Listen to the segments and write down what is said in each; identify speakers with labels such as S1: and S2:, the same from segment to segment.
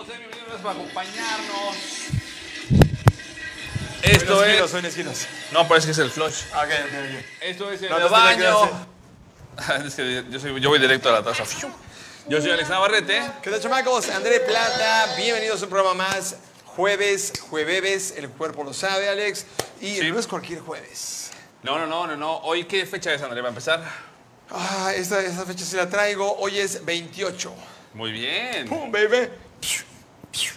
S1: por acompañarnos.
S2: Esto
S3: Buenos
S2: es.
S3: giros, buenos giros.
S2: No, pero es que es el flush.
S3: Ah, Ok, ok, ok.
S2: Esto es el
S3: No, entonces tenía que
S2: baño. es que yo, soy- yo voy directo a la taza. Yo soy Alex Navarrete.
S3: ¿Qué tal, chamacos? André Plata, bienvenidos a un programa más. Jueves, jueves, el cuerpo lo sabe, Alex. Y
S2: Sí.
S3: no es cualquier jueves.
S2: No, no, no, no, no. Hoy, ¿qué fecha es, André? Va a empezar.
S3: Ah, esta, esta fecha sí la traigo. Hoy es 28.
S2: Muy bien.
S3: ¡Pum, baby!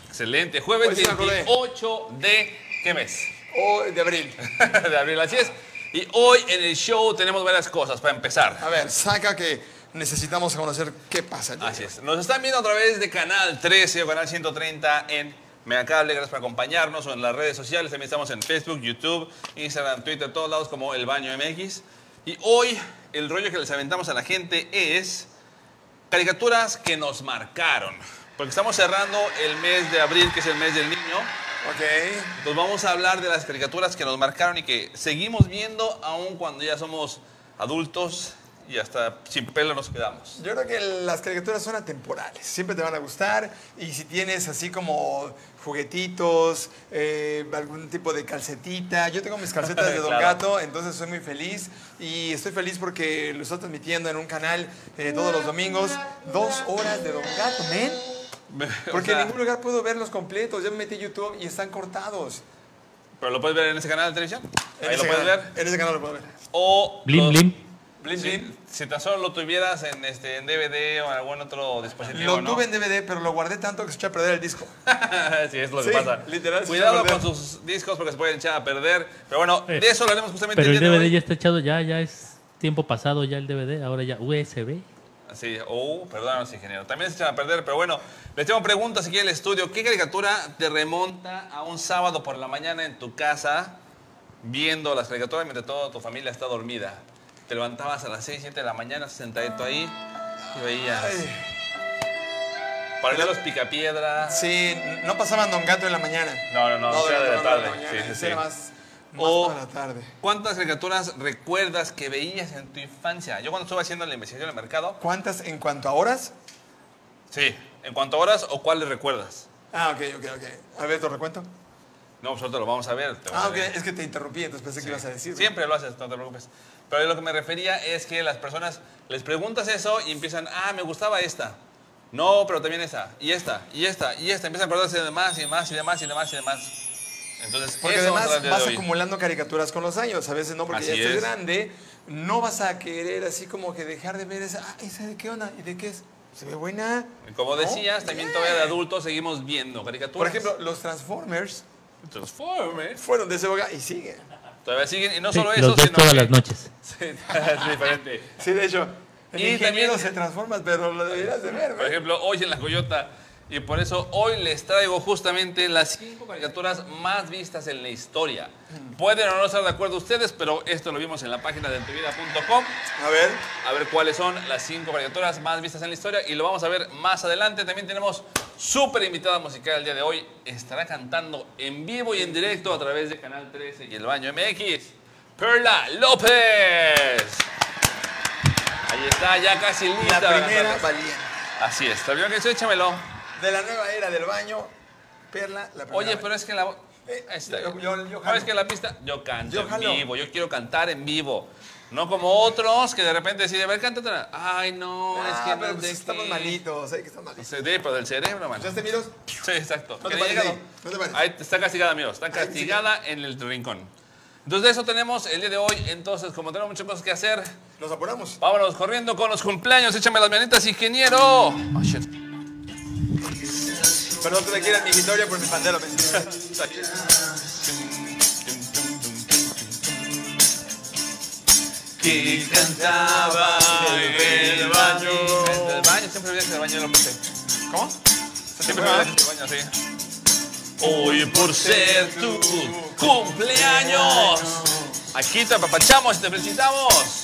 S2: Excelente. Jueves
S3: Hoy sí me acordé.
S2: 28 de. ¿Qué mes?
S3: Hoy de abril.
S2: de abril, así es. Y hoy en el show tenemos varias cosas para empezar.
S3: A ver, saca que necesitamos conocer qué pasa.
S2: Así es. Nos están viendo a través de Canal 13 o Canal 130 en Megacable. Gracias por acompañarnos. O en las redes sociales. También estamos en Facebook, YouTube, Instagram, Twitter, todos lados como El Baño MX. Y hoy el rollo que les aventamos a la gente es caricaturas que nos marcaron. Porque estamos cerrando el mes de abril, que es el mes del niño.
S3: Ok.
S2: Nos vamos a hablar de las caricaturas que nos marcaron y que seguimos viendo aún cuando ya somos adultos y hasta sin pelo nos quedamos.
S3: Yo creo que las caricaturas son atemporales, siempre te van a gustar y si tienes así como juguetitos, eh, algún tipo de calcetita, yo tengo mis calcetas de Don
S2: Claro.
S3: Gato, entonces soy muy feliz y estoy feliz porque lo estoy transmitiendo en un canal eh, todos los domingos, dos horas de Don Gato, men. Porque
S2: O sea,
S3: en ningún lugar puedo verlos completos, ya me metí a YouTube y están cortados.
S2: Pero lo puedes ver en ese canal de televisión.
S3: En
S2: Ahí lo
S3: ese
S2: puedes
S3: canal-
S2: ver.
S3: En ese canal lo puedo ver.
S2: O
S1: Blim,
S2: lo-
S1: blim.
S3: Blim,
S2: si,
S3: blim.
S2: si tan solo lo tuvieras en, este, en DVD o en algún otro dispositivo.
S3: Lo
S2: ¿no?
S3: tuve en DVD, pero lo guardé tanto que se echó a perder el disco.
S2: sí, es lo que
S3: Sí,
S2: pasa.
S3: literal, se
S2: Cuidado
S3: echa a
S2: con sus discos porque se pueden echar a perder. Pero bueno,
S1: Eh,
S2: de eso hablaremos justamente
S1: Pero el
S2: el día de
S1: DVD
S2: hoy.
S1: ya está echado, ya, ya es tiempo pasado, ya el DVD, ahora ya USB.
S2: Sí, oh, perdónanos, ingeniero. También se echan a perder, pero bueno, les tengo preguntas aquí en el estudio. ¿Qué caricatura te remonta a un sábado por la mañana en tu casa viendo las caricaturas mientras toda tu familia está dormida? Te levantabas a las 6, 7 de la mañana, sentadito ahí y veías.
S3: Ay.
S2: Para ver los picapiedras.
S3: Sí, no pasaban Don Gato en la mañana.
S2: No, no, no, era de la
S3: no,
S2: tarde.
S3: mañana,
S2: Sí, sí,
S3: ese
S2: sí.
S3: Era más, más
S2: O-
S3: para la tarde.
S2: ¿Cuántas caricaturas recuerdas que veías en tu infancia? Yo cuando estuve haciendo la investigación del mercado.
S3: ¿Cuántas en cuanto a horas?
S2: Sí. ¿En cuanto a horas o cuáles recuerdas?
S3: Ah, ok, ok, ok. A ver, ¿te recuento?
S2: No, pues ahorita lo vamos a ver. te vamos
S3: Ah,
S2: a
S3: ok,
S2: ver.
S3: es que te interrumpí, entonces pensé que ibas a decir.
S2: Siempre lo haces, no te preocupes. Pero lo que me refería es que las personas les preguntas eso y empiezan, ah, me gustaba esta. No, pero también esta, y esta, y esta, y esta. Empiezan a acordarse de más, y más, y de más, y de más, y de más. Entonces,
S3: Porque
S2: eso vamos a hablar
S3: además vas
S2: el día de hoy.
S3: acumulando caricaturas con los años. A veces no, porque
S2: Así
S3: ya estás
S2: es.
S3: grande. No vas a querer así como que dejar de ver esa. Ah, ¿esa de qué onda? ¿Y de qué es? ¿Se ve buena?
S2: Y Como
S3: ¿No?
S2: decías, también todavía de adultos seguimos viendo caricaturas.
S3: Por ejemplo, los Transformers
S2: Transformers.
S3: fueron de esa época y siguen.
S2: Todavía siguen, y no
S1: Sí,
S2: solo eso,
S1: los ves
S2: sino
S1: todas
S2: que-
S1: las noches.
S2: Sí, es diferente.
S3: Sí, de hecho. El
S2: Y
S3: ingeniero
S2: también-
S3: se transforma, pero lo deberías de ver,
S2: Por
S3: ¿ve?
S2: ejemplo, hoy en la Coyota. Y por eso hoy les traigo justamente las cinco caricaturas más vistas en la historia.
S3: Mm.
S2: Pueden o no estar de acuerdo ustedes, pero esto lo vimos en la página de entuvida.com.
S3: A ver.
S2: A ver cuáles son las cinco caricaturas más vistas en la historia y lo vamos a ver más adelante. También tenemos súper invitada musical el día de hoy. Estará cantando en vivo y en directo a través de Canal 13 y El Baño MX. Perla López. Ahí está, ya casi lista.
S3: La
S2: para
S3: primera
S2: cantar.
S3: valiente.
S2: Así es, ¿también que eso? Échamelo.
S3: De la nueva era del baño, Perla, la primera.
S2: Oye, pero es que la. Ahí
S3: Eh,
S2: está.
S3: yo- yo- yo
S2: ¿Sabes
S3: jalo.
S2: que la pista? Yo canto
S3: Yo
S2: en
S3: jalo.
S2: vivo, yo quiero cantar en vivo. No como otros que de repente deciden, a ver, cántatela. Ay, no,
S3: Ah,
S2: es que no
S3: pero
S2: es
S3: pues
S2: de
S3: estamos
S2: qué".
S3: malitos, hay que estar malitos.
S2: Sí, pero del cerebro, man.
S3: ¿Ya te miros?
S2: Sí, exacto.
S3: No te
S2: Que
S3: parece,
S2: llegado.
S3: no te parece.
S2: Ahí está castigada, amigos. Está castigada en el rincón. Entonces, de eso tenemos el día de hoy. Entonces, como tenemos muchas cosas que hacer,
S3: Nos apuramos.
S2: vámonos corriendo con los cumpleaños. Échame las manitas, ingeniero. Oh, shit.
S3: Perdón, tuve que ir a mi escritorio por mi pandero.
S2: Que cantaba en el baño. En el baño, siempre me que en el baño lo puse.
S3: ¿Cómo?
S2: Siempre me olvidé que en el baño, sí. Hoy por ser tu cumpleaños. Aquí te apapachamos y te felicitamos.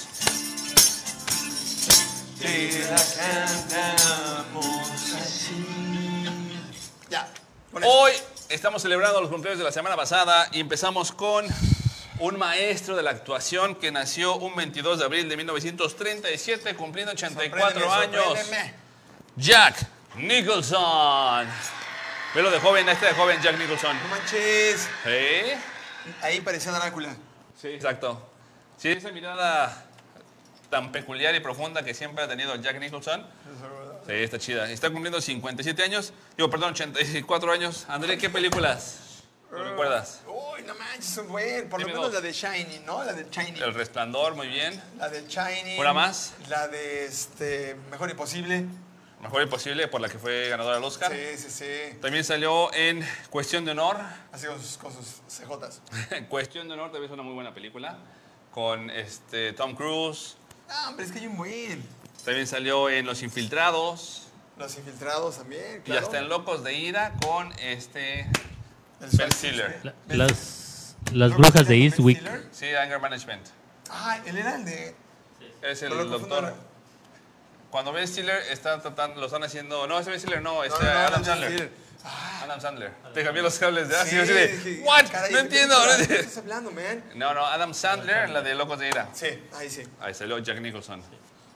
S3: Ya. Con eso.
S2: Hoy estamos celebrando los cumpleaños de la semana pasada y empezamos con un maestro de la actuación que nació un 22 de abril de 1937, cumpliendo 84
S3: Sorpréndeme,
S2: años.
S3: sorpréndeme.
S2: Jack Nicholson. Velo de joven, este de joven, Jack Nicholson.
S3: No manches.
S2: ¿Eh?
S3: Ahí parecía Drácula.
S2: Sí. Exacto. Sí, esa mirada tan peculiar y profunda que siempre ha tenido Jack Nicholson. Sí, está chida. Está cumpliendo 57 años. Digo, perdón, 84 años. André, ¿qué películas
S3: Eh,
S2: no recuerdas?
S3: Uy, no manches, un buen. Por lo
S2: Dime
S3: menos
S2: dos.
S3: la de Shiny, ¿no? La de Shiny.
S2: El Resplandor, muy bien.
S3: La de Shiny.
S2: ¿Una más?
S3: La de este, Mejor Imposible.
S2: Mejor imposible, por la que fue ganadora del Oscar.
S3: Sí, sí, sí.
S2: También salió en Cuestión de Honor.
S3: Así con sus, con sus CJs.
S2: Cuestión de Honor también es una muy buena película. Con este, Tom Cruise.
S3: No, Ah, hombre, es que hay un buen.
S2: También salió en Los Infiltrados.
S3: Los infiltrados también.
S2: Y
S3: Claro.
S2: hasta en Locos de Ira con este.
S3: El
S2: Ben
S3: Swan-
S2: Stiller.
S1: La-
S3: Ben-
S1: las, las
S3: ¿No
S1: brujas
S3: conocías
S1: de
S3: a Ben
S1: Eastwick.
S3: Stiller?
S2: Sí, Anger Management.
S3: Ah, él era el de.
S2: Es el
S3: Pero lo confundo
S2: doctor.
S3: ahora.
S2: Cuando Ben Stiller está tratando, lo están haciendo. No, ese Ben Stiller no,
S3: No,
S2: este
S3: no, no,
S2: Adam
S3: Ben
S2: Sandler.
S3: Stiller.
S2: Adam Sandler. Te cambié los cables de. Ah,
S3: Sí,
S2: sí, yo así de,
S3: dije,
S2: ¿What?
S3: caray,
S2: no
S3: ¿de qué
S2: entiendo. no
S3: película? ¿De qué
S2: entiendo.
S3: estás hablando, man?
S2: No, no, Adam Sandler, la de Locos de Ira.
S3: Sí, ahí sí.
S2: Ahí salió Jack Nicholson.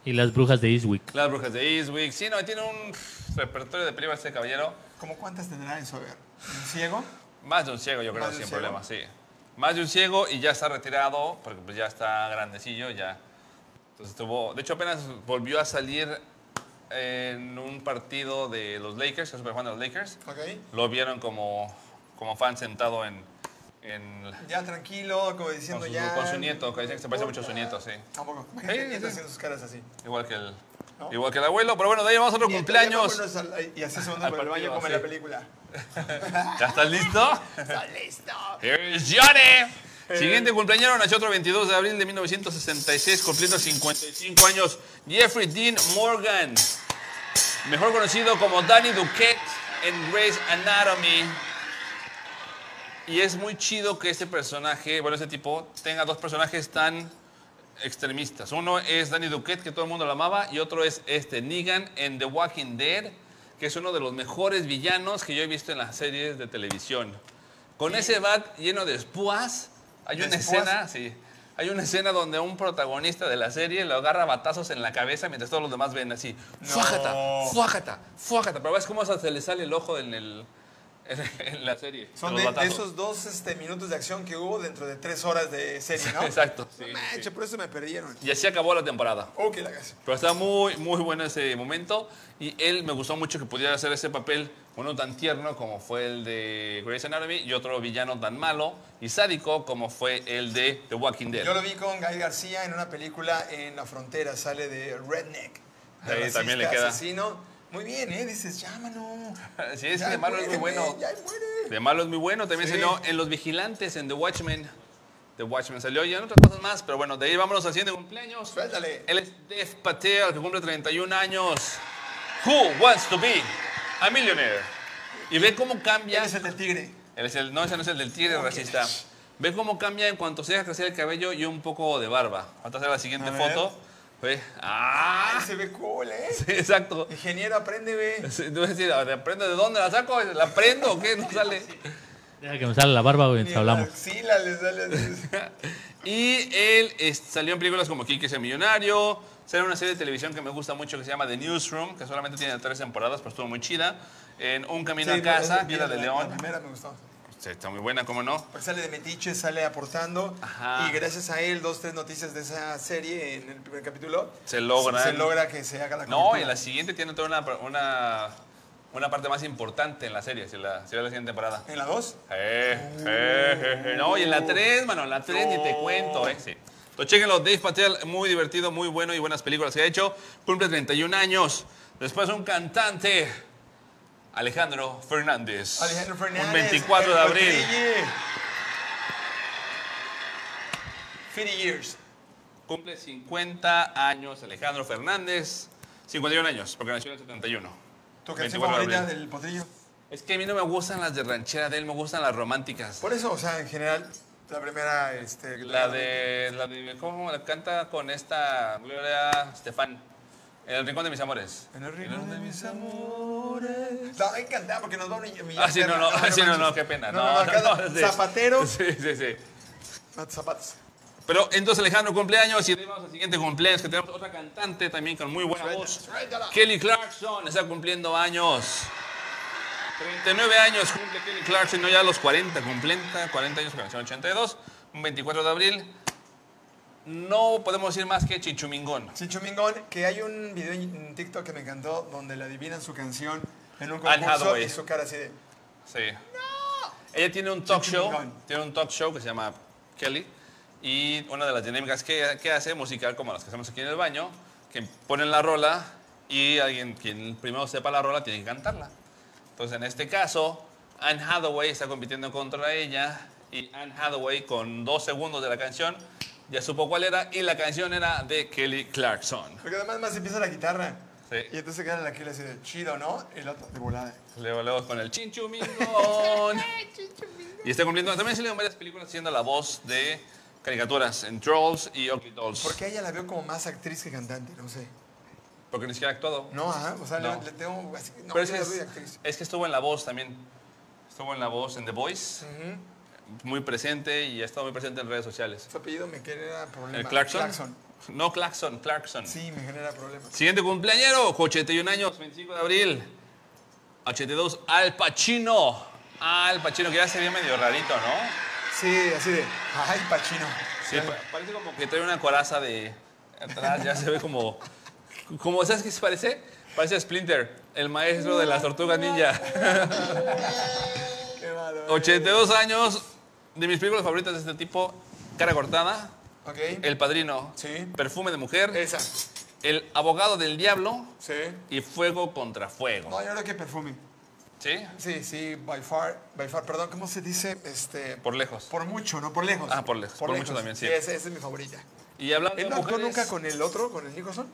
S1: Y las brujas de Eastwick.
S2: Las Brujas de Eastwick. Sí, no, tiene un pff, repertorio de películas este caballero.
S3: ¿Cómo cuántas tendrá en su haber? ¿Un ciego?
S2: Más de un ciego, yo creo,
S3: ¿Más de
S2: sin
S3: un ciego?
S2: problema, sí. Más de un ciego y ya está retirado, porque pues ya está grandecillo, ya. Entonces tuvo. De hecho, apenas volvió a salir en un partido de los Lakers, es superfan de los Lakers.
S3: Ok.
S2: Lo vieron como, como fan sentado en. en-
S3: Ya tranquilo, como diciendo
S2: con, su,
S3: ya.
S2: con su nieto, que dicen que se parece mucho a su nieto, sí.
S3: Tampoco.
S2: Sí,
S3: Imagínate
S2: sí,
S3: nieto
S2: sí.
S3: haciendo sus caras así.
S2: Igual que el.
S3: ¿No?
S2: Igual que el abuelo, pero bueno, de ahí vamos a otro
S3: Nieto,
S2: cumpleaños.
S3: ya vámonos al- Y así se van
S2: Al
S3: por el baño
S2: partido,
S3: como en
S2: sí.
S3: la película.
S2: ¿Ya estás listo?
S3: ¡Está listo!
S2: Here's Johnny. Siguiente cumpleañero nació otro 22 de abril de 1966, cumpliendo 55 años, Jeffrey Dean Morgan, mejor conocido como Danny Duquette en Grey's Anatomy. Y es muy chido que este personaje, bueno, este tipo, tenga dos personajes tan extremistas. Uno es Danny Duquette, que todo el mundo lo amaba, y otro es este Negan en The Walking Dead, que es uno de los mejores villanos que yo he visto en las series de televisión. Con ese bat lleno de espúas, hay
S3: ¿De
S2: una
S3: espúas?
S2: escena, sí, hay una escena donde un protagonista de la serie lo agarra a batazos en la cabeza mientras todos los demás ven así, fuájata, fuájata, fuájata, pero ves cómo hasta se le sale el ojo en el en la serie. de
S3: Son
S2: los
S3: de, de
S2: batazos.
S3: esos dos este, minutos de acción que hubo dentro de tres horas de serie, ¿no?
S2: Exacto. sí,
S3: No
S2: sí.
S3: manches, por eso me perdieron.
S2: Y así acabó la temporada.
S3: Ok, la casa.
S2: Pero está muy, muy bueno ese momento. Y él me gustó mucho que pudiera hacer ese papel, uno tan tierno como fue el de Grey's Anatomy y otro villano tan malo y sádico como fue el de The Walking Dead.
S3: Yo lo vi con Gael García en una película en la frontera, sale de Redneck. de
S2: Ahí
S3: racista,
S2: también le queda.
S3: Asesino. Muy bien, ¿eh? Dices, llámano.
S2: Sí, es que de malo es muy bueno.
S3: Ya muere.
S2: De malo es muy bueno. También
S3: Sí.
S2: salió en Los Vigilantes, en The Watchmen. The Watchmen salió y en otras cosas más. Pero bueno, de ahí vámonos al siguiente cumpleaños.
S3: Suéltale.
S2: Él es Dev Patel, que cumple 31 años. Who wants to be a millionaire? Y ve cómo cambia.
S3: Ya es el Oh, del tigre.
S2: Él es el- no, ese no es el del tigre racista. ¿Ves cómo cambia en cuanto se deja crecer el cabello y un poco de barba? Ahorita hacer la siguiente
S3: A ver.
S2: foto. Ve. ¡Ah!
S3: Ay, se ve cool, ¿eh?
S2: Sí, exacto.
S3: Ingeniero, aprende, ve.
S2: Sí, tú vas a decir, "A ver, ¿aprendo de dónde la saco? ¿La prendo o qué? No sale.
S1: Deja que me sale la barba, güey,
S3: Ni
S1: mientras
S3: en
S1: hablamos.
S3: la axila le sale así.
S2: Y él es- salió en películas como Quique es el millonario. Salió en una serie de televisión que me gusta mucho que se llama The Newsroom, que solamente tiene tres temporadas, pero estuvo muy chida. En Un Camino
S3: Sí,
S2: a
S3: no,
S2: Casa,
S3: esa-
S2: Vida de
S3: la-
S2: León.
S3: La primera me gustó.
S2: Sí, está muy buena, ¿cómo no?
S3: Porque sale de Metiche, sale aportando.
S2: Ajá.
S3: Y gracias a él, dos, tres noticias de esa serie en el primer capítulo.
S2: Se logran.
S3: Se logra que se haga la
S2: No,
S3: cobertura.
S2: y la siguiente tiene toda una, una, una parte más importante en la serie, si la, si la siguiente temporada.
S3: ¿En la dos?
S2: Eh, eh, eh, eh. No, y en la 3, mano, en la 3 ni te cuento, eh. Sí. Entonces, chéquenlo, Dave Patel, muy divertido, muy bueno y buenas películas que ha hecho. Cumple 31 años. Después un cantante, Alejandro Fernández.
S3: Alejandro Fernández.
S2: Un 24 de
S3: el
S2: abril.
S3: Cotille. 50 years.
S2: Cumple 50 años Alejandro Fernández. 51 años, porque nació en el 71.
S3: ¿Tu
S2: 24
S3: canción
S2: de
S3: favorita
S2: abril.
S3: del potrillo?
S2: Es que a mí no me gustan las de ranchera de él, me gustan las románticas.
S3: Por eso, o sea, en general, la primera, este...
S2: La de, la de, ¿cómo la canta con esta Gloria Estefan? En el rincón de mis amores.
S3: En el ritmo de mis amores. La va a encantar porque nos va a brillar.
S2: Ah, sí, no, no, ah, sí, no, no, qué pena.
S3: No, no, no, cada-
S2: no, sí.
S3: zapatero.
S2: Sí, sí, sí.
S3: Zapatos.
S2: Pero entonces Alejandro cumpleaños y vamos al siguiente cumpleaños que tenemos otra cantante también con muy buena voz.
S3: Suéltala.
S2: Kelly Clarkson está cumpliendo años. 39 años cumple Kelly Clarkson, no ya los 40, completa 40 años con la canción 82, un 24 de abril. No podemos decir más que chichumingón.
S3: Chichumingón, que hay un video en TikTok que me encantó donde le adivinan su canción en un
S2: Anne
S3: concurso
S2: Hathaway.
S3: y su cara así de...
S2: Sí. Ella tiene un talk show,
S3: Chichimingón.
S2: tiene un talk show que se llama Kelly y una de las dinámicas que, que hace, musical como las que hacemos aquí en el baño, que ponen la rola y alguien quien primero sepa la rola tiene que cantarla. Entonces en este caso, Anne Hathaway está compitiendo contra ella y Anne Hathaway con dos segundos de la canción ya supo cuál era y la canción era de Kelly Clarkson.
S3: Porque además más empieza la guitarra.
S2: Sí.
S3: Y entonces se queda la Kelly así de chido, ¿no? Y la otra de volada.
S2: Luego, luego con el chinchumingón. y está cumpliendo. También salió en varias películas haciendo la voz de caricaturas en Trolls y Ugly Dolls.
S3: Porque a ella la veo como más actriz que cantante, no sé.
S2: Porque ni siquiera ha actuado.
S3: No, ajá. O sea,
S2: No.
S3: Le, le tengo así... No,
S2: Pero es
S3: yo
S2: que,
S3: la veo de
S2: es,
S3: actriz.
S2: es que estuvo en la voz también. Estuvo en la voz en The Voice. Muy presente y ha estado muy presente en redes sociales.
S3: Su apellido me genera problemas.
S2: ¿El Clarkson? No, Clarkson, Clarkson.
S3: Sí, me genera problemas.
S2: Siguiente cumpleañero, 81 años, 25 de abril. 82, Al Pacino. Al Pacino, que ya se vio medio rarito, ¿no?
S3: Sí, así de... Ay, Pachino.
S2: Sí, pa- parece como que trae una coraza de atrás, ya se ve como... como ¿Sabes qué se parece? Parece a Splinter, el maestro de las tortugas ninja.
S3: Qué malo.
S2: 82 años, de mis películas favoritas de este tipo, Cara Cortada,
S3: Ok.
S2: El Padrino,
S3: Sí.
S2: Perfume de Mujer,
S3: Esa.
S2: El Abogado del Diablo
S3: Sí.
S2: y Fuego contra Fuego.
S3: No, yo creo que perfume.
S2: ¿Sí?
S3: Sí, sí, by far, by far, perdón, ¿cómo se dice? Este, por,
S2: Por lejos.
S3: mucho, no por lejos.
S2: Ah, por lejos, por mucho también, sí.
S3: esa, esa es mi favorita.
S2: Y hablando de
S3: ¿Él no actuó
S2: mujeres,
S3: nunca con el otro, con el Nicholson?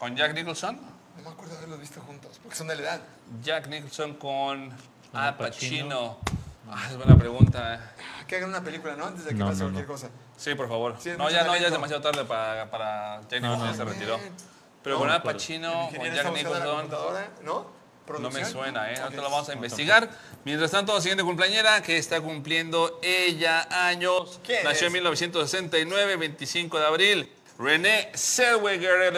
S2: con Jack Nicholson.
S3: No me acuerdo de haberlos visto juntos, porque son de la edad.
S2: Jack Nicholson con Al Pacino.
S1: Pacino.
S2: Ah, es buena pregunta. eh.
S3: Que hagan una película, ¿no? Antes de que
S1: No,
S3: pase
S1: no,
S3: cualquier
S1: no.
S3: cosa.
S2: Sí, por favor.
S3: Sí, es
S2: no,
S3: mucho
S2: ya, no, ya es
S3: talento.
S2: demasiado tarde para, para Jack Nicholson,
S1: no,
S2: ya se
S1: no.
S2: retiró. Pero
S1: No
S2: con
S1: me
S2: Al
S1: acuerdo.
S2: Pacino,
S3: El
S2: con
S3: ingeniero está
S2: Jack
S3: buscando la
S2: Nicholson,
S3: computadora, ¿no?
S2: no me
S3: ¿Producción?
S2: suena, ¿eh? Ahorita
S3: Ok.
S2: lo vamos a investigar. Mientras tanto, siguiente cumpleañera que está cumpliendo ella años.
S3: ¿Quién
S2: Nació
S3: es?
S2: en 1969, 25 de abril. René Zellweger.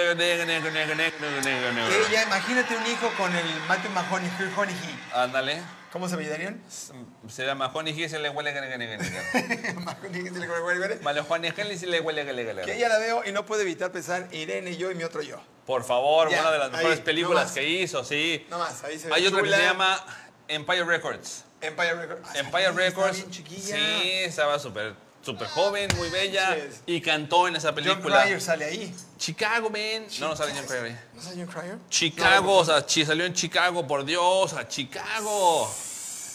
S3: Que ya, imagínate un hijo con el Matthew Mahoney, Hugh Honeyhy.
S2: Ándale.
S3: ¿Cómo se apellidarían?
S2: Se llama Juan y se le huele.
S3: Mahoney, que se le- güey, güey, güey.
S2: Malo Juan y se le huele.
S3: Que ella la veo y no puedo evitar pensar Irene, yo y mi otro yo.
S2: Por favor,
S3: Ya,
S2: una de las
S3: ahí,
S2: mejores películas
S3: nomás.
S2: que hizo, sí.
S3: No más, ahí se ve
S2: Hay otra que
S3: chula.
S2: se llama Empire Records.
S3: Empire Records. Ay,
S2: Empire
S3: estaba
S2: Records.
S3: bien chiquilla.
S2: Sí, estaba súper súper joven, muy bella.
S3: manches.
S2: Y cantó en esa
S3: John
S2: película.
S3: Cryer sale ahí.
S2: Chicago, man. No, no sale John Cryer.
S3: ¿No sale John Cryer?
S2: Chicago, o sea, chi- salió en Chicago, por Dios, a Chicago.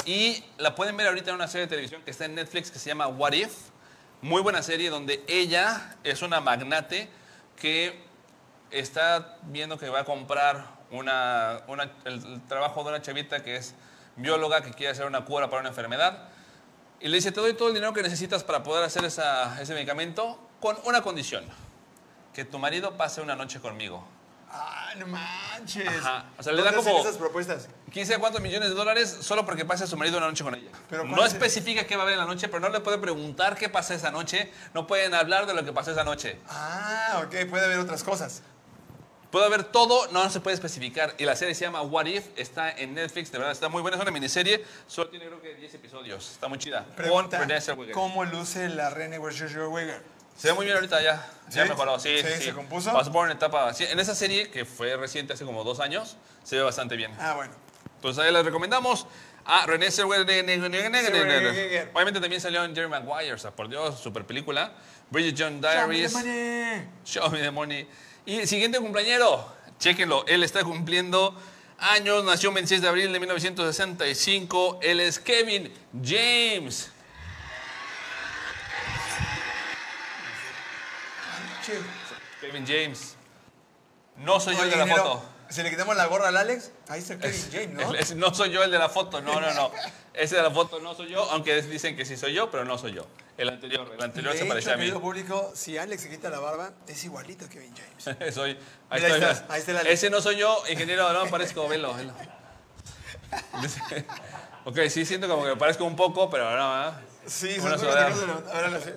S2: Y la pueden ver ahorita en una serie de televisión que está en Netflix que se llama What If. Muy buena serie donde ella es una magnate que está viendo que va a comprar una, una- el, el trabajo de una chavita que es bióloga que quiere hacer una cura para una enfermedad. Y le dice, te doy todo el dinero que necesitas para poder hacer esa- ese medicamento con una condición. Que tu marido pase una noche conmigo.
S3: Ah, no manches.
S2: Ajá. O sea, le da
S3: ¿Dónde hacen
S2: como-
S3: esas propuestas?
S2: quién sabe cuántos millones de dólares solo porque pase a su marido una noche con ella.
S3: Pero ¿cuál
S2: no
S3: es el-
S2: especifica qué va a haber en la noche, pero no le puede preguntar qué pasa esa noche. No pueden hablar de lo que pasó esa noche.
S3: Ah, ok, puede haber otras cosas.
S2: Puede haber todo, no, no se puede especificar. Y la serie se llama What If, está en Netflix, de verdad está muy buena. Es una miniserie, solo tiene creo que 10 episodios. Está muy chida.
S3: Pregunta,
S2: Con Renée Zellweger.
S3: ¿cómo luce la René Wegger?
S2: Se ve muy bien ahorita ya. Ya
S3: ¿Sí?
S2: mejoró, sí,
S3: ¿Sí?
S2: sí.
S3: ¿Se compuso?
S2: Pasó por una etapa. sí, en esa serie, que fue reciente, hace como dos años, se ve bastante bien.
S3: Ah, bueno.
S2: Entonces Pues ahí les recomendamos a René Zellweger. Obviamente también salió en Jerry Maguire, o sea, por Dios, super película. Bridget John Diaries,
S3: Chamele,
S2: Show Me the Money. Y el siguiente cumpleañero, chéquenlo, él está cumpliendo años, nació el 26 de abril de 1965, él es Kevin James.
S3: mane. Che,
S2: Kevin James. No soy yo el
S3: oye,
S2: de la
S3: ingeniero,
S2: foto.
S3: Si le quitamos la gorra al Alex, ahí está Kevin James, ¿no?
S2: Es- no soy yo el de la foto, no, no, no. Ese de la foto no soy yo, aunque dicen que sí soy yo, pero no soy yo. El anterior, el anterior
S3: de
S2: se
S3: hecho,
S2: parecía a mí.
S3: querido público, si Alex se quita la barba, es igualito a Kevin James.
S2: Soy, ahí
S3: Mira, ahí
S2: estoy,
S3: está,
S2: mira.
S3: ahí está la lista.
S2: Ese no soy yo, ingeniero, no, parezco, velo, velo. Dice- ok, sí, siento como que me parezco un poco, pero ahora
S3: Sí,
S2: Una
S3: son
S2: soledad.
S3: Ahora lo sé.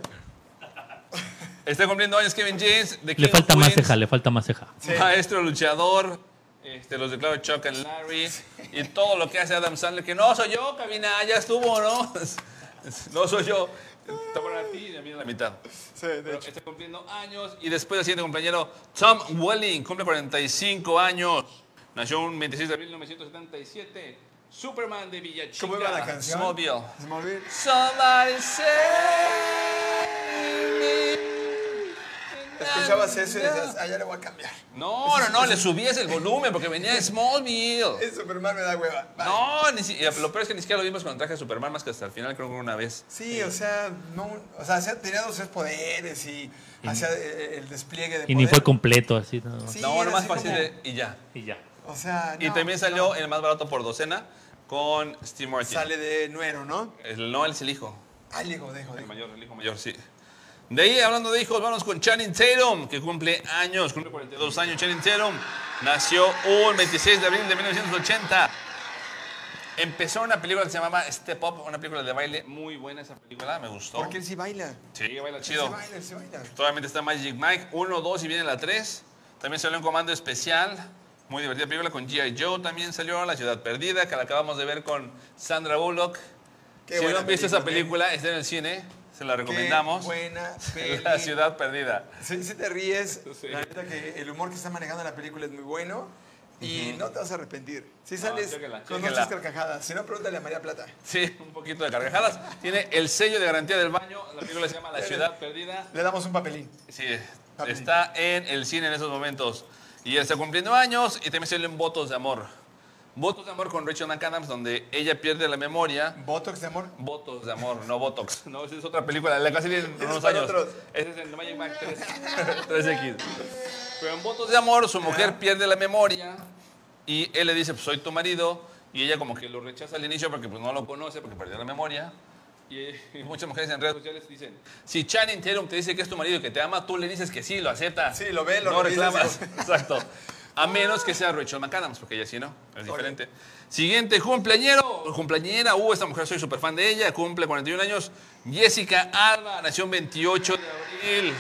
S2: Está cumpliendo años Kevin James. de
S1: Le
S2: King
S1: falta
S2: of
S1: más
S2: Queens,
S1: ceja, le falta más ceja.
S3: Sí.
S2: Maestro luchador. Este, los declaro Chuck and Larry y todo lo que hace Adam Sandler, que no soy yo, cabina, ya estuvo, ¿no? no soy yo. Está para ti y a mí en la mitad.
S3: Sí, de
S2: Pero
S3: hecho.
S2: está cumpliendo años y después el siguiente compañero, Tom Welling, cumple 45 años. Nació un 26 de abril de 1977. Superman de Villachica.
S3: ¿Cómo iba la canción?
S2: Smallville.
S3: Smallville.
S2: Somebody save me.
S3: Escuchabas eso y decías, ah, ya le voy a cambiar.
S2: No, no, no, le subías el volumen porque venía de Smallville.
S3: Es Superman me da hueva. Bye.
S2: No, ni si- eh, lo peor es que ni siquiera lo vimos con el traje de Superman más que hasta el final, creo que una vez.
S3: Sí, o sea, no, o sea, hacía- tenía dos tres poderes y hacía eh, el despliegue de
S1: Y ni
S3: poder.
S1: fue completo así. nada más.
S3: Sí,
S2: No,
S3: era
S2: nomás
S3: así
S2: fácil
S3: como-
S2: de- y ya.
S1: Y ya.
S3: O sea,
S2: Y
S3: no,
S2: también salió el más barato por docena con Steve
S3: no.
S2: Martin.
S3: sale de nuero, ¿no?
S2: El, no, él es el hijo.
S3: Ah, dijo, dijo,
S2: El
S3: dijo.
S2: mayor, el hijo mayor, sí. De ahí, hablando de hijos, vamos con Channing Tatum, que cumple años, cumple 42 años. Channing Tatum nació un 26 de abril de 1980. Empezó una película que se llamaba Step Up, una película de baile muy buena esa película, me gustó.
S3: Porque él sí baila.
S2: Sí, baila
S3: Sí
S2: chido.
S3: baila, él sí baila.
S2: Obviamente está Magic Mike 1, 2 y viene la 3. También salió un comando especial. Muy divertida película con G.I. Joe. También salió La Ciudad Perdida, que la acabamos de ver con Sandra Bullock.
S3: Qué
S2: si no
S3: buena
S2: han visto esa
S3: película, ¿eh?
S2: película, está en el cine. Se la
S3: Qué
S2: recomendamos.
S3: buena
S2: La
S3: peli.
S2: Ciudad Perdida.
S3: Sí, sí te ríes.
S2: Sí.
S3: La neta que el humor que está manejando la película es muy bueno. Y no te vas a arrepentir. Si
S2: No,
S3: sales
S2: chéquela,
S3: con
S2: chéquela.
S3: muchas carcajadas. Si no, pregúntale a María Plata.
S2: Sí, un poquito de carcajadas. Tiene el sello de garantía del baño. La película se llama La Ciudad Perdida.
S3: Le damos un papelín.
S2: Sí,
S3: Papi.
S2: está en el cine en esos momentos. Y él está cumpliendo años y también salió en Votos de Amor. Votos de Amor con Rachel McAdams, donde ella pierde la memoria.
S3: Botox de amor.
S2: Votos de Amor, no Botox. No, esa es otra película, la casi en unos
S3: para
S2: años.
S3: otros.
S2: Ese es el Magic Mike 3, 3X. Pero en Votos de Amor, su mujer pierde la memoria y él le dice, pues soy tu marido. Y ella como que lo rechaza al inicio porque pues, no lo conoce, porque perdió la memoria. Y, y muchas mujeres en redes sociales dicen, si Channing Tatum te dice que es tu marido y que te ama, tú le dices que sí, lo aceptas.
S3: Sí, lo ve, lo
S2: No
S3: revisas,
S2: reclamas. Exacto. A menos que sea Rachel McAdams, porque ella sí, ¿no? Es diferente. Siguiente cumpleañero, cumpleañera. Uh, esta mujer soy súper fan de ella. Cumple 41 años. Jessica Alba, nació el 28 de abril.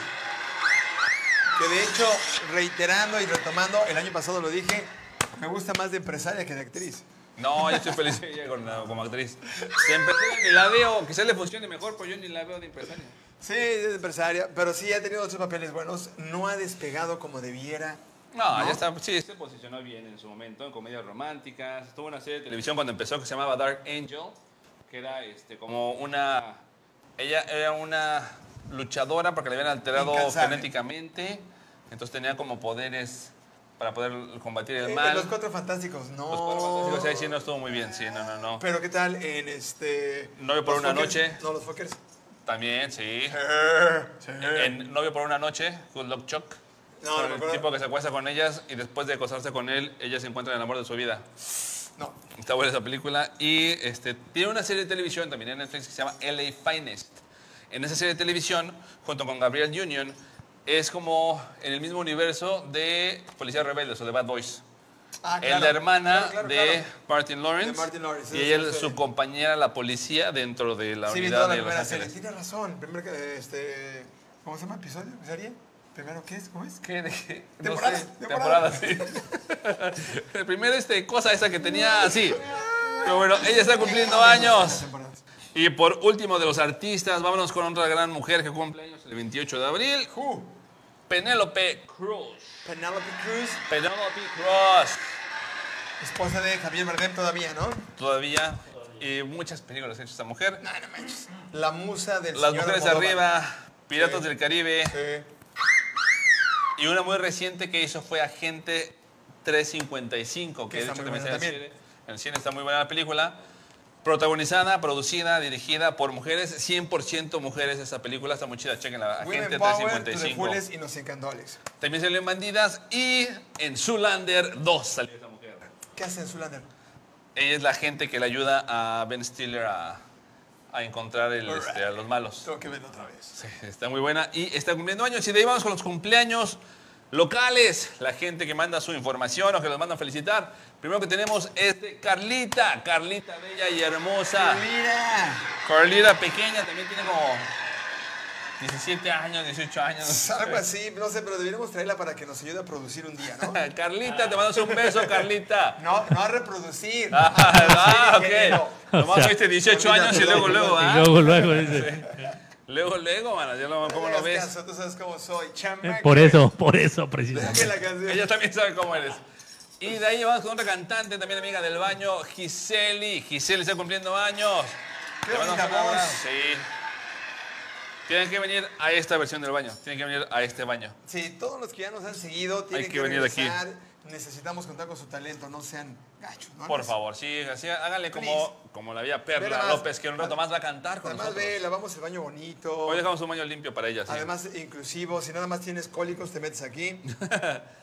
S3: Que de hecho, reiterando y retomando, el año pasado lo dije, me gusta más de empresaria que de actriz.
S2: No, yo estoy feliz de ella con la- como actriz. Se empezó ni la veo, quizás le funcione mejor, pues yo ni la veo de empresaria.
S3: Sí, es empresaria, pero sí ha tenido otros papeles buenos, no ha despegado como debiera.
S2: No,
S3: ¿No?
S2: ya está, sí. Se posicionó bien en su momento en comedias románticas. Estuvo en una serie de televisión cuando empezó que se llamaba Dark Angel, que era este, como una... Ella era una luchadora porque le habían alterado
S3: Incansable.
S2: genéticamente. Entonces tenía como poderes para poder combatir el
S3: Eh,
S2: mal.
S3: los Oh. cuatro fantásticos, no.
S2: Los cuatro fantásticos, ahí sí no estuvo muy bien, sí, no, no, no.
S3: Pero qué tal en este.
S2: Novio por
S3: Los
S2: una
S3: Fuckers?
S2: noche.
S3: No, los fuckers.
S2: También, sí. En Novio por una noche, Good Luck Chuck. con
S3: No, no me
S2: el
S3: acuerdo.
S2: tipo que se acuesta con ellas y después de acostarse con él, ella se encuentra en el amor de su vida.
S3: No.
S2: Está buena esa película. Y este, tiene una serie de televisión también en Netflix que se llama LA Finest. En esa serie de televisión, junto con Gabriel Union, es como en el mismo universo de Policías Rebeldes o de Bad Boys.
S3: Ah,
S2: Es la hermana
S3: Claro, claro,
S2: de,
S3: claro.
S2: Martin Lawrence,
S3: De Martin Lawrence,
S2: Y
S3: esa
S2: ella es
S3: es la
S2: su
S3: serie.
S2: compañera, la policía, dentro de la
S3: Sí, vi
S2: unidad
S3: toda la
S2: de Los
S3: primera serie.
S2: Ángeles.
S3: Tienes razón. Primero que. Este, ¿Cómo se llama episodio? ¿Serie? ¿Primero qué es? ¿Cómo es?
S2: ¿Qué? ¿De qué?
S3: Temporada,
S2: temporada, sí. El primero, este, cosa esa que tenía así. Pero bueno, ella está cumpliendo
S3: Eh,
S2: años.
S3: Temporadas.
S2: Y por último de los artistas, vámonos con otra gran mujer que cumple años el 28 de abril,
S3: Who?
S2: Penélope Cruz.
S3: Penelope Cruz,
S2: Penélope Cruz.
S3: esposa de Javier Bardem todavía, ¿no?
S2: Todavía, y muchas películas ha hecho esta mujer.
S3: La musa del
S2: Las
S3: señor
S2: mujeres
S3: Almodóvar.
S2: arriba, Piratas
S3: Sí.
S2: del Caribe.
S3: Sí.
S2: Y una muy reciente que hizo fue Agente 355, que
S3: Que
S2: de
S3: está
S2: hecho
S3: muy
S2: también está
S3: buena
S2: en el
S3: también.
S2: cine. En el cine está muy buena la película. Protagonizada, producida, dirigida por mujeres, 100% mujeres esa película, está muy chida, chequenla, Agente
S3: Women Power, to the
S2: 355.
S3: fullest y nos encantó Alex.
S2: También salió en Bandidas y en Zoolander 2 salió esta mujer.
S3: ¿Qué hace en Zulander?
S2: Ella es la gente que le ayuda a Ben Stiller a, a encontrar el,
S3: Alright.
S2: este, a los malos.
S3: Tengo que verlo otra vez.
S2: Sí, está muy buena y está cumpliendo años. Y de ahí vamos con los cumpleaños locales. La gente que manda su información o que los manda a felicitar. Primero que tenemos es de Carlita. Carlita bella y hermosa.
S3: ¡Mira!
S2: Carlita pequeña también tiene como 17 años, 18 años.
S3: Algo así, no sé, pero deberíamos traerla para que nos ayude a producir un día, ¿no?
S2: Carlita, te mando un beso, Carlita.
S3: No, no a reproducir.
S2: Ah, ah, ok.
S1: O sea,
S2: Nomás fuiste 18
S3: olvídate,
S2: años y luego,
S3: olvídate.
S2: luego,
S1: Y
S2: ¿ah?
S1: luego, luego, dice.
S2: Luego, luego, mano. Ya lo, ¿Cómo
S3: Este
S2: lo ves?
S3: Caso, tú sabes cómo soy, chamba.
S1: Eh, Por
S3: que-
S1: eso, por eso,
S3: que
S1: precisamente.
S3: la canción-
S2: Ella también sabe cómo eres. Y de ahí vamos con otra cantante, también amiga del baño, Giseli. Giseli está cumpliendo años.
S3: Qué
S2: Le mando un
S3: bonita
S2: abrazo.
S3: voz.
S2: Sí. Tienen que venir a esta versión del baño. Tienen que venir a este baño.
S3: Sí, todos los que ya nos han seguido tienen
S2: que
S3: que,
S2: venir aquí.
S3: regresar. Necesitamos contar con su talento, no sean gachos. ¿no?
S2: Por favor, sí, así háganle como,
S3: Please.
S2: como la vía Perla
S3: Verás.
S2: López, que en un rato más va a cantar con
S3: Además,
S2: nosotros.
S3: ve, lavamos el baño bonito.
S2: Hoy dejamos un baño limpio para ella, sí.
S3: Además, inclusivo, si nada más tienes cólicos, te metes aquí.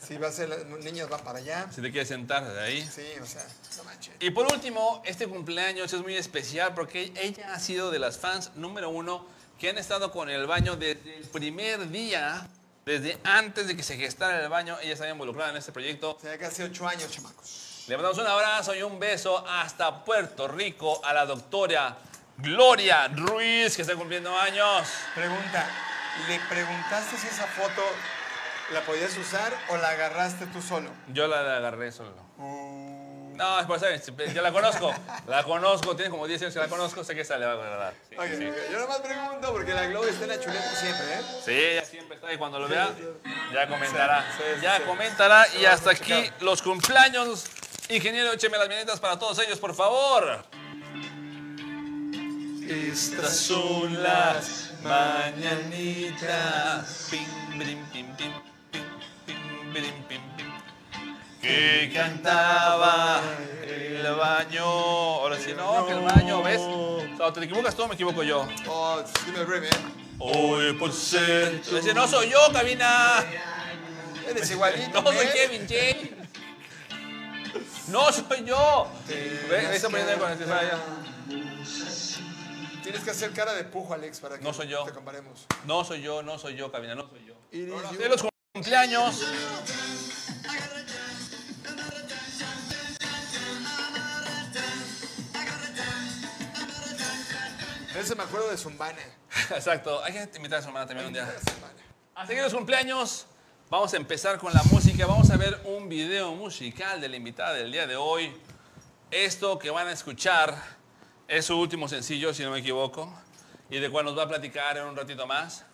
S3: si vas a ser, las niñas van para allá.
S2: Si te quieres sentar de ahí.
S3: Sí, o sea, no manches.
S2: Y por último, este cumpleaños es muy especial porque ella ha sido de las fans número uno que han estado con el baño desde el primer día, desde antes de que se gestara el baño, ella estaba involucrada en este proyecto.
S3: O sea, casi ocho años, chamacos.
S2: Le mandamos un abrazo y un beso hasta Puerto Rico a la doctora Gloria Ruiz, que está cumpliendo años.
S3: Pregunta, ¿le preguntaste si esa foto la podías usar o la agarraste tú solo?
S2: Yo la agarré solo.
S3: Uh,
S2: No, es por eso, yo la conozco, la conozco, tiene como 10 años que la conozco, sé que esa le va a agradar. Sí,
S3: ok,
S2: sí.
S3: ok. Yo nada más pregunto porque la Globo está en la chuleta siempre, ¿eh?
S2: Sí, ella siempre está y cuando lo vea, ya comentará. Ya comentará y hasta aquí los cumpleaños. Ingeniero, écheme las viñetas para todos ellos, por favor.
S3: Estas
S2: son las mañanitas. Pim, brim, pim, pim, pim, pim, brim, pim, pim. Que cantaba el baño. Ahora sí, no, que el baño, ¿ves? No, te equivocas tú, o me equivoco yo.
S3: Oh, dime el rey, ¿eh?
S2: Hoy por ser. Dice, no soy yo, cabina.
S3: Eres igualito,
S2: No soy
S3: ¿eh?
S2: Kevin James. No, soy yo. Ve, ahí está poniendo con el celular ya.
S3: Tienes que hacer cara de pujo, Alex, para que
S2: No soy yo.
S3: te comparemos.
S2: No soy yo, no soy yo, cabina, no soy yo.
S3: Iris,
S2: Ahora,
S3: you-
S2: De los cumpleaños.
S3: Ese me acuerdo de Zumbana.
S2: Exacto, hay que invitar a su hermana también un día.
S3: Zumbana.
S2: Hasta aquí los Ah, cumpleaños. Vamos a empezar con la música. Vamos a ver un video musical de la invitada del día de hoy. Esto que van a escuchar es su último sencillo, si no me equivoco, y de cual nos va a platicar en un ratito más.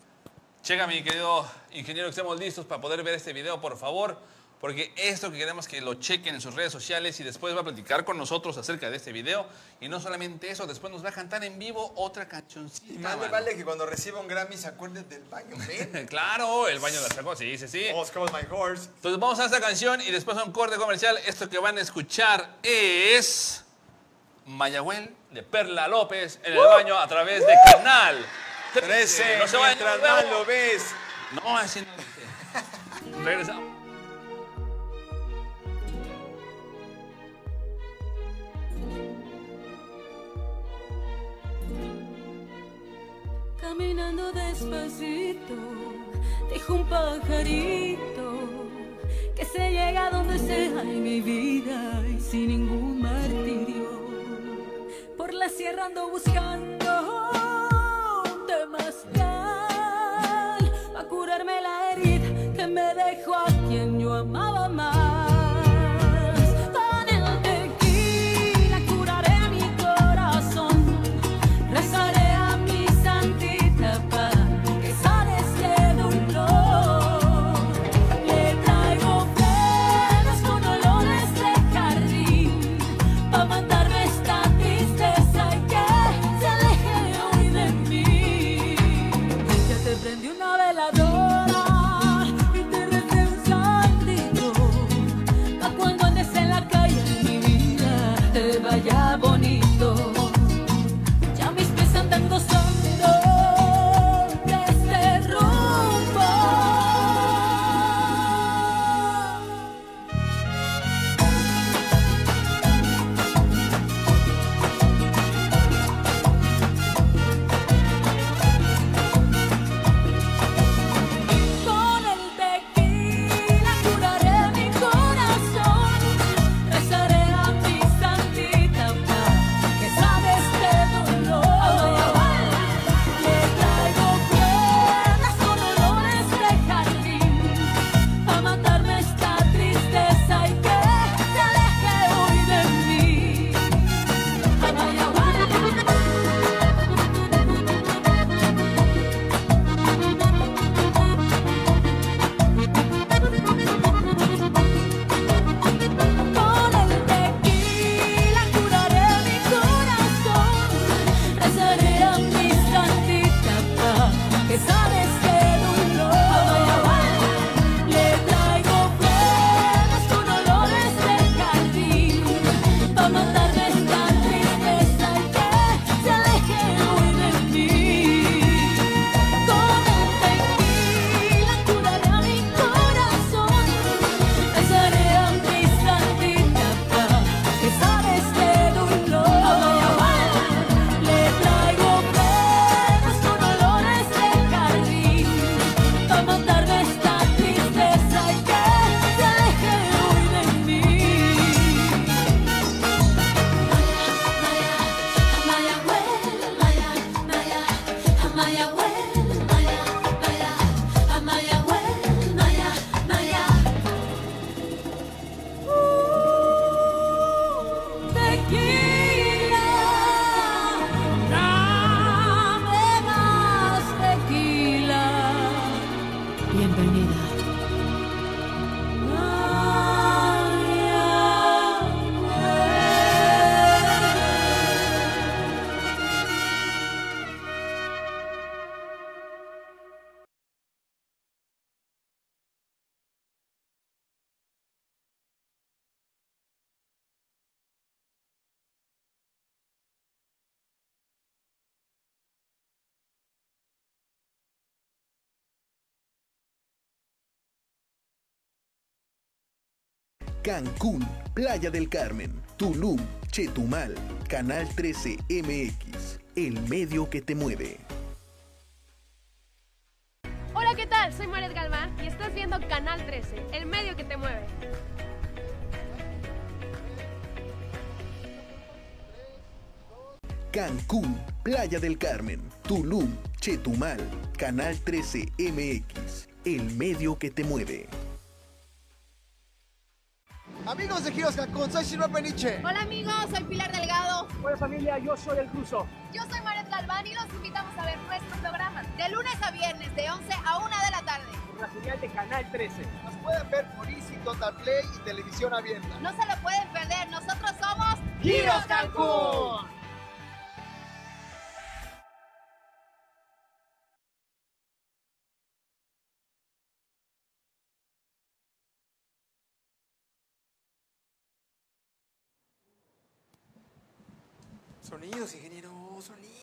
S2: Checa, mi querido ingeniero, que estemos listos para poder ver este video, por favor, porque esto que queremos que lo chequen en sus redes sociales y después va a platicar con nosotros acerca de este video. Y no solamente eso, después nos va a cantar en vivo otra cancioncita.
S3: Y más me
S2: mano.
S3: vale que cuando reciba un Grammy se acuerden del baño, man.
S2: Claro, el baño de la sacó, sí, sí, sí.
S3: Oscar was my horse.
S2: Entonces vamos a esta canción y después a un corte comercial. Esto que van a escuchar es Mayagüel de Perla López en el baño a través de Canal 13. No se vayan.
S3: mientras
S2: nos vemos.
S3: más lo ves.
S2: No, así no. dice. Regresamos.
S4: Caminando despacito, dijo un pajarito que se llega donde sea en mi vida y sin ningún martirio. Por la sierra ando buscando un temazcal a curarme la herida que me dejó a quien yo amaba más. Con el tequila curaré mi corazón. Rezaré a mi santita para que sane este dolor. Le traigo flores con olores de jardín para matarme esta tristeza y que se aleje hoy de mí. Ya te prendí una veladora y te recé un santito este este Bienvenida.
S5: Cancún, Playa del Carmen, Tulum, Chetumal, Canal 13 MX, el medio que te mueve.
S6: Hola, ¿qué tal? Soy Maret Galván y estás viendo Canal 13, el medio que te mueve.
S5: Cancún, Playa del Carmen, Tulum, Chetumal, Canal 13 MX, el medio que te mueve.
S7: Amigos de Giros Cancún, soy Silva Peniche.
S6: Hola, amigos, soy Pilar Delgado.
S8: Hola familia, yo soy el ruso.
S6: Yo soy Maret Galván y los invitamos a ver nuestro programa de lunes a viernes de 11 a 1 de la tarde.
S8: Por la señal de Canal 13.
S7: Nos pueden ver por Easy, Total Play y Televisión Abierta.
S6: No se lo pueden perder, nosotros somos
S8: Giros Cancún.
S3: Sonidos, ingeniero, sonidos.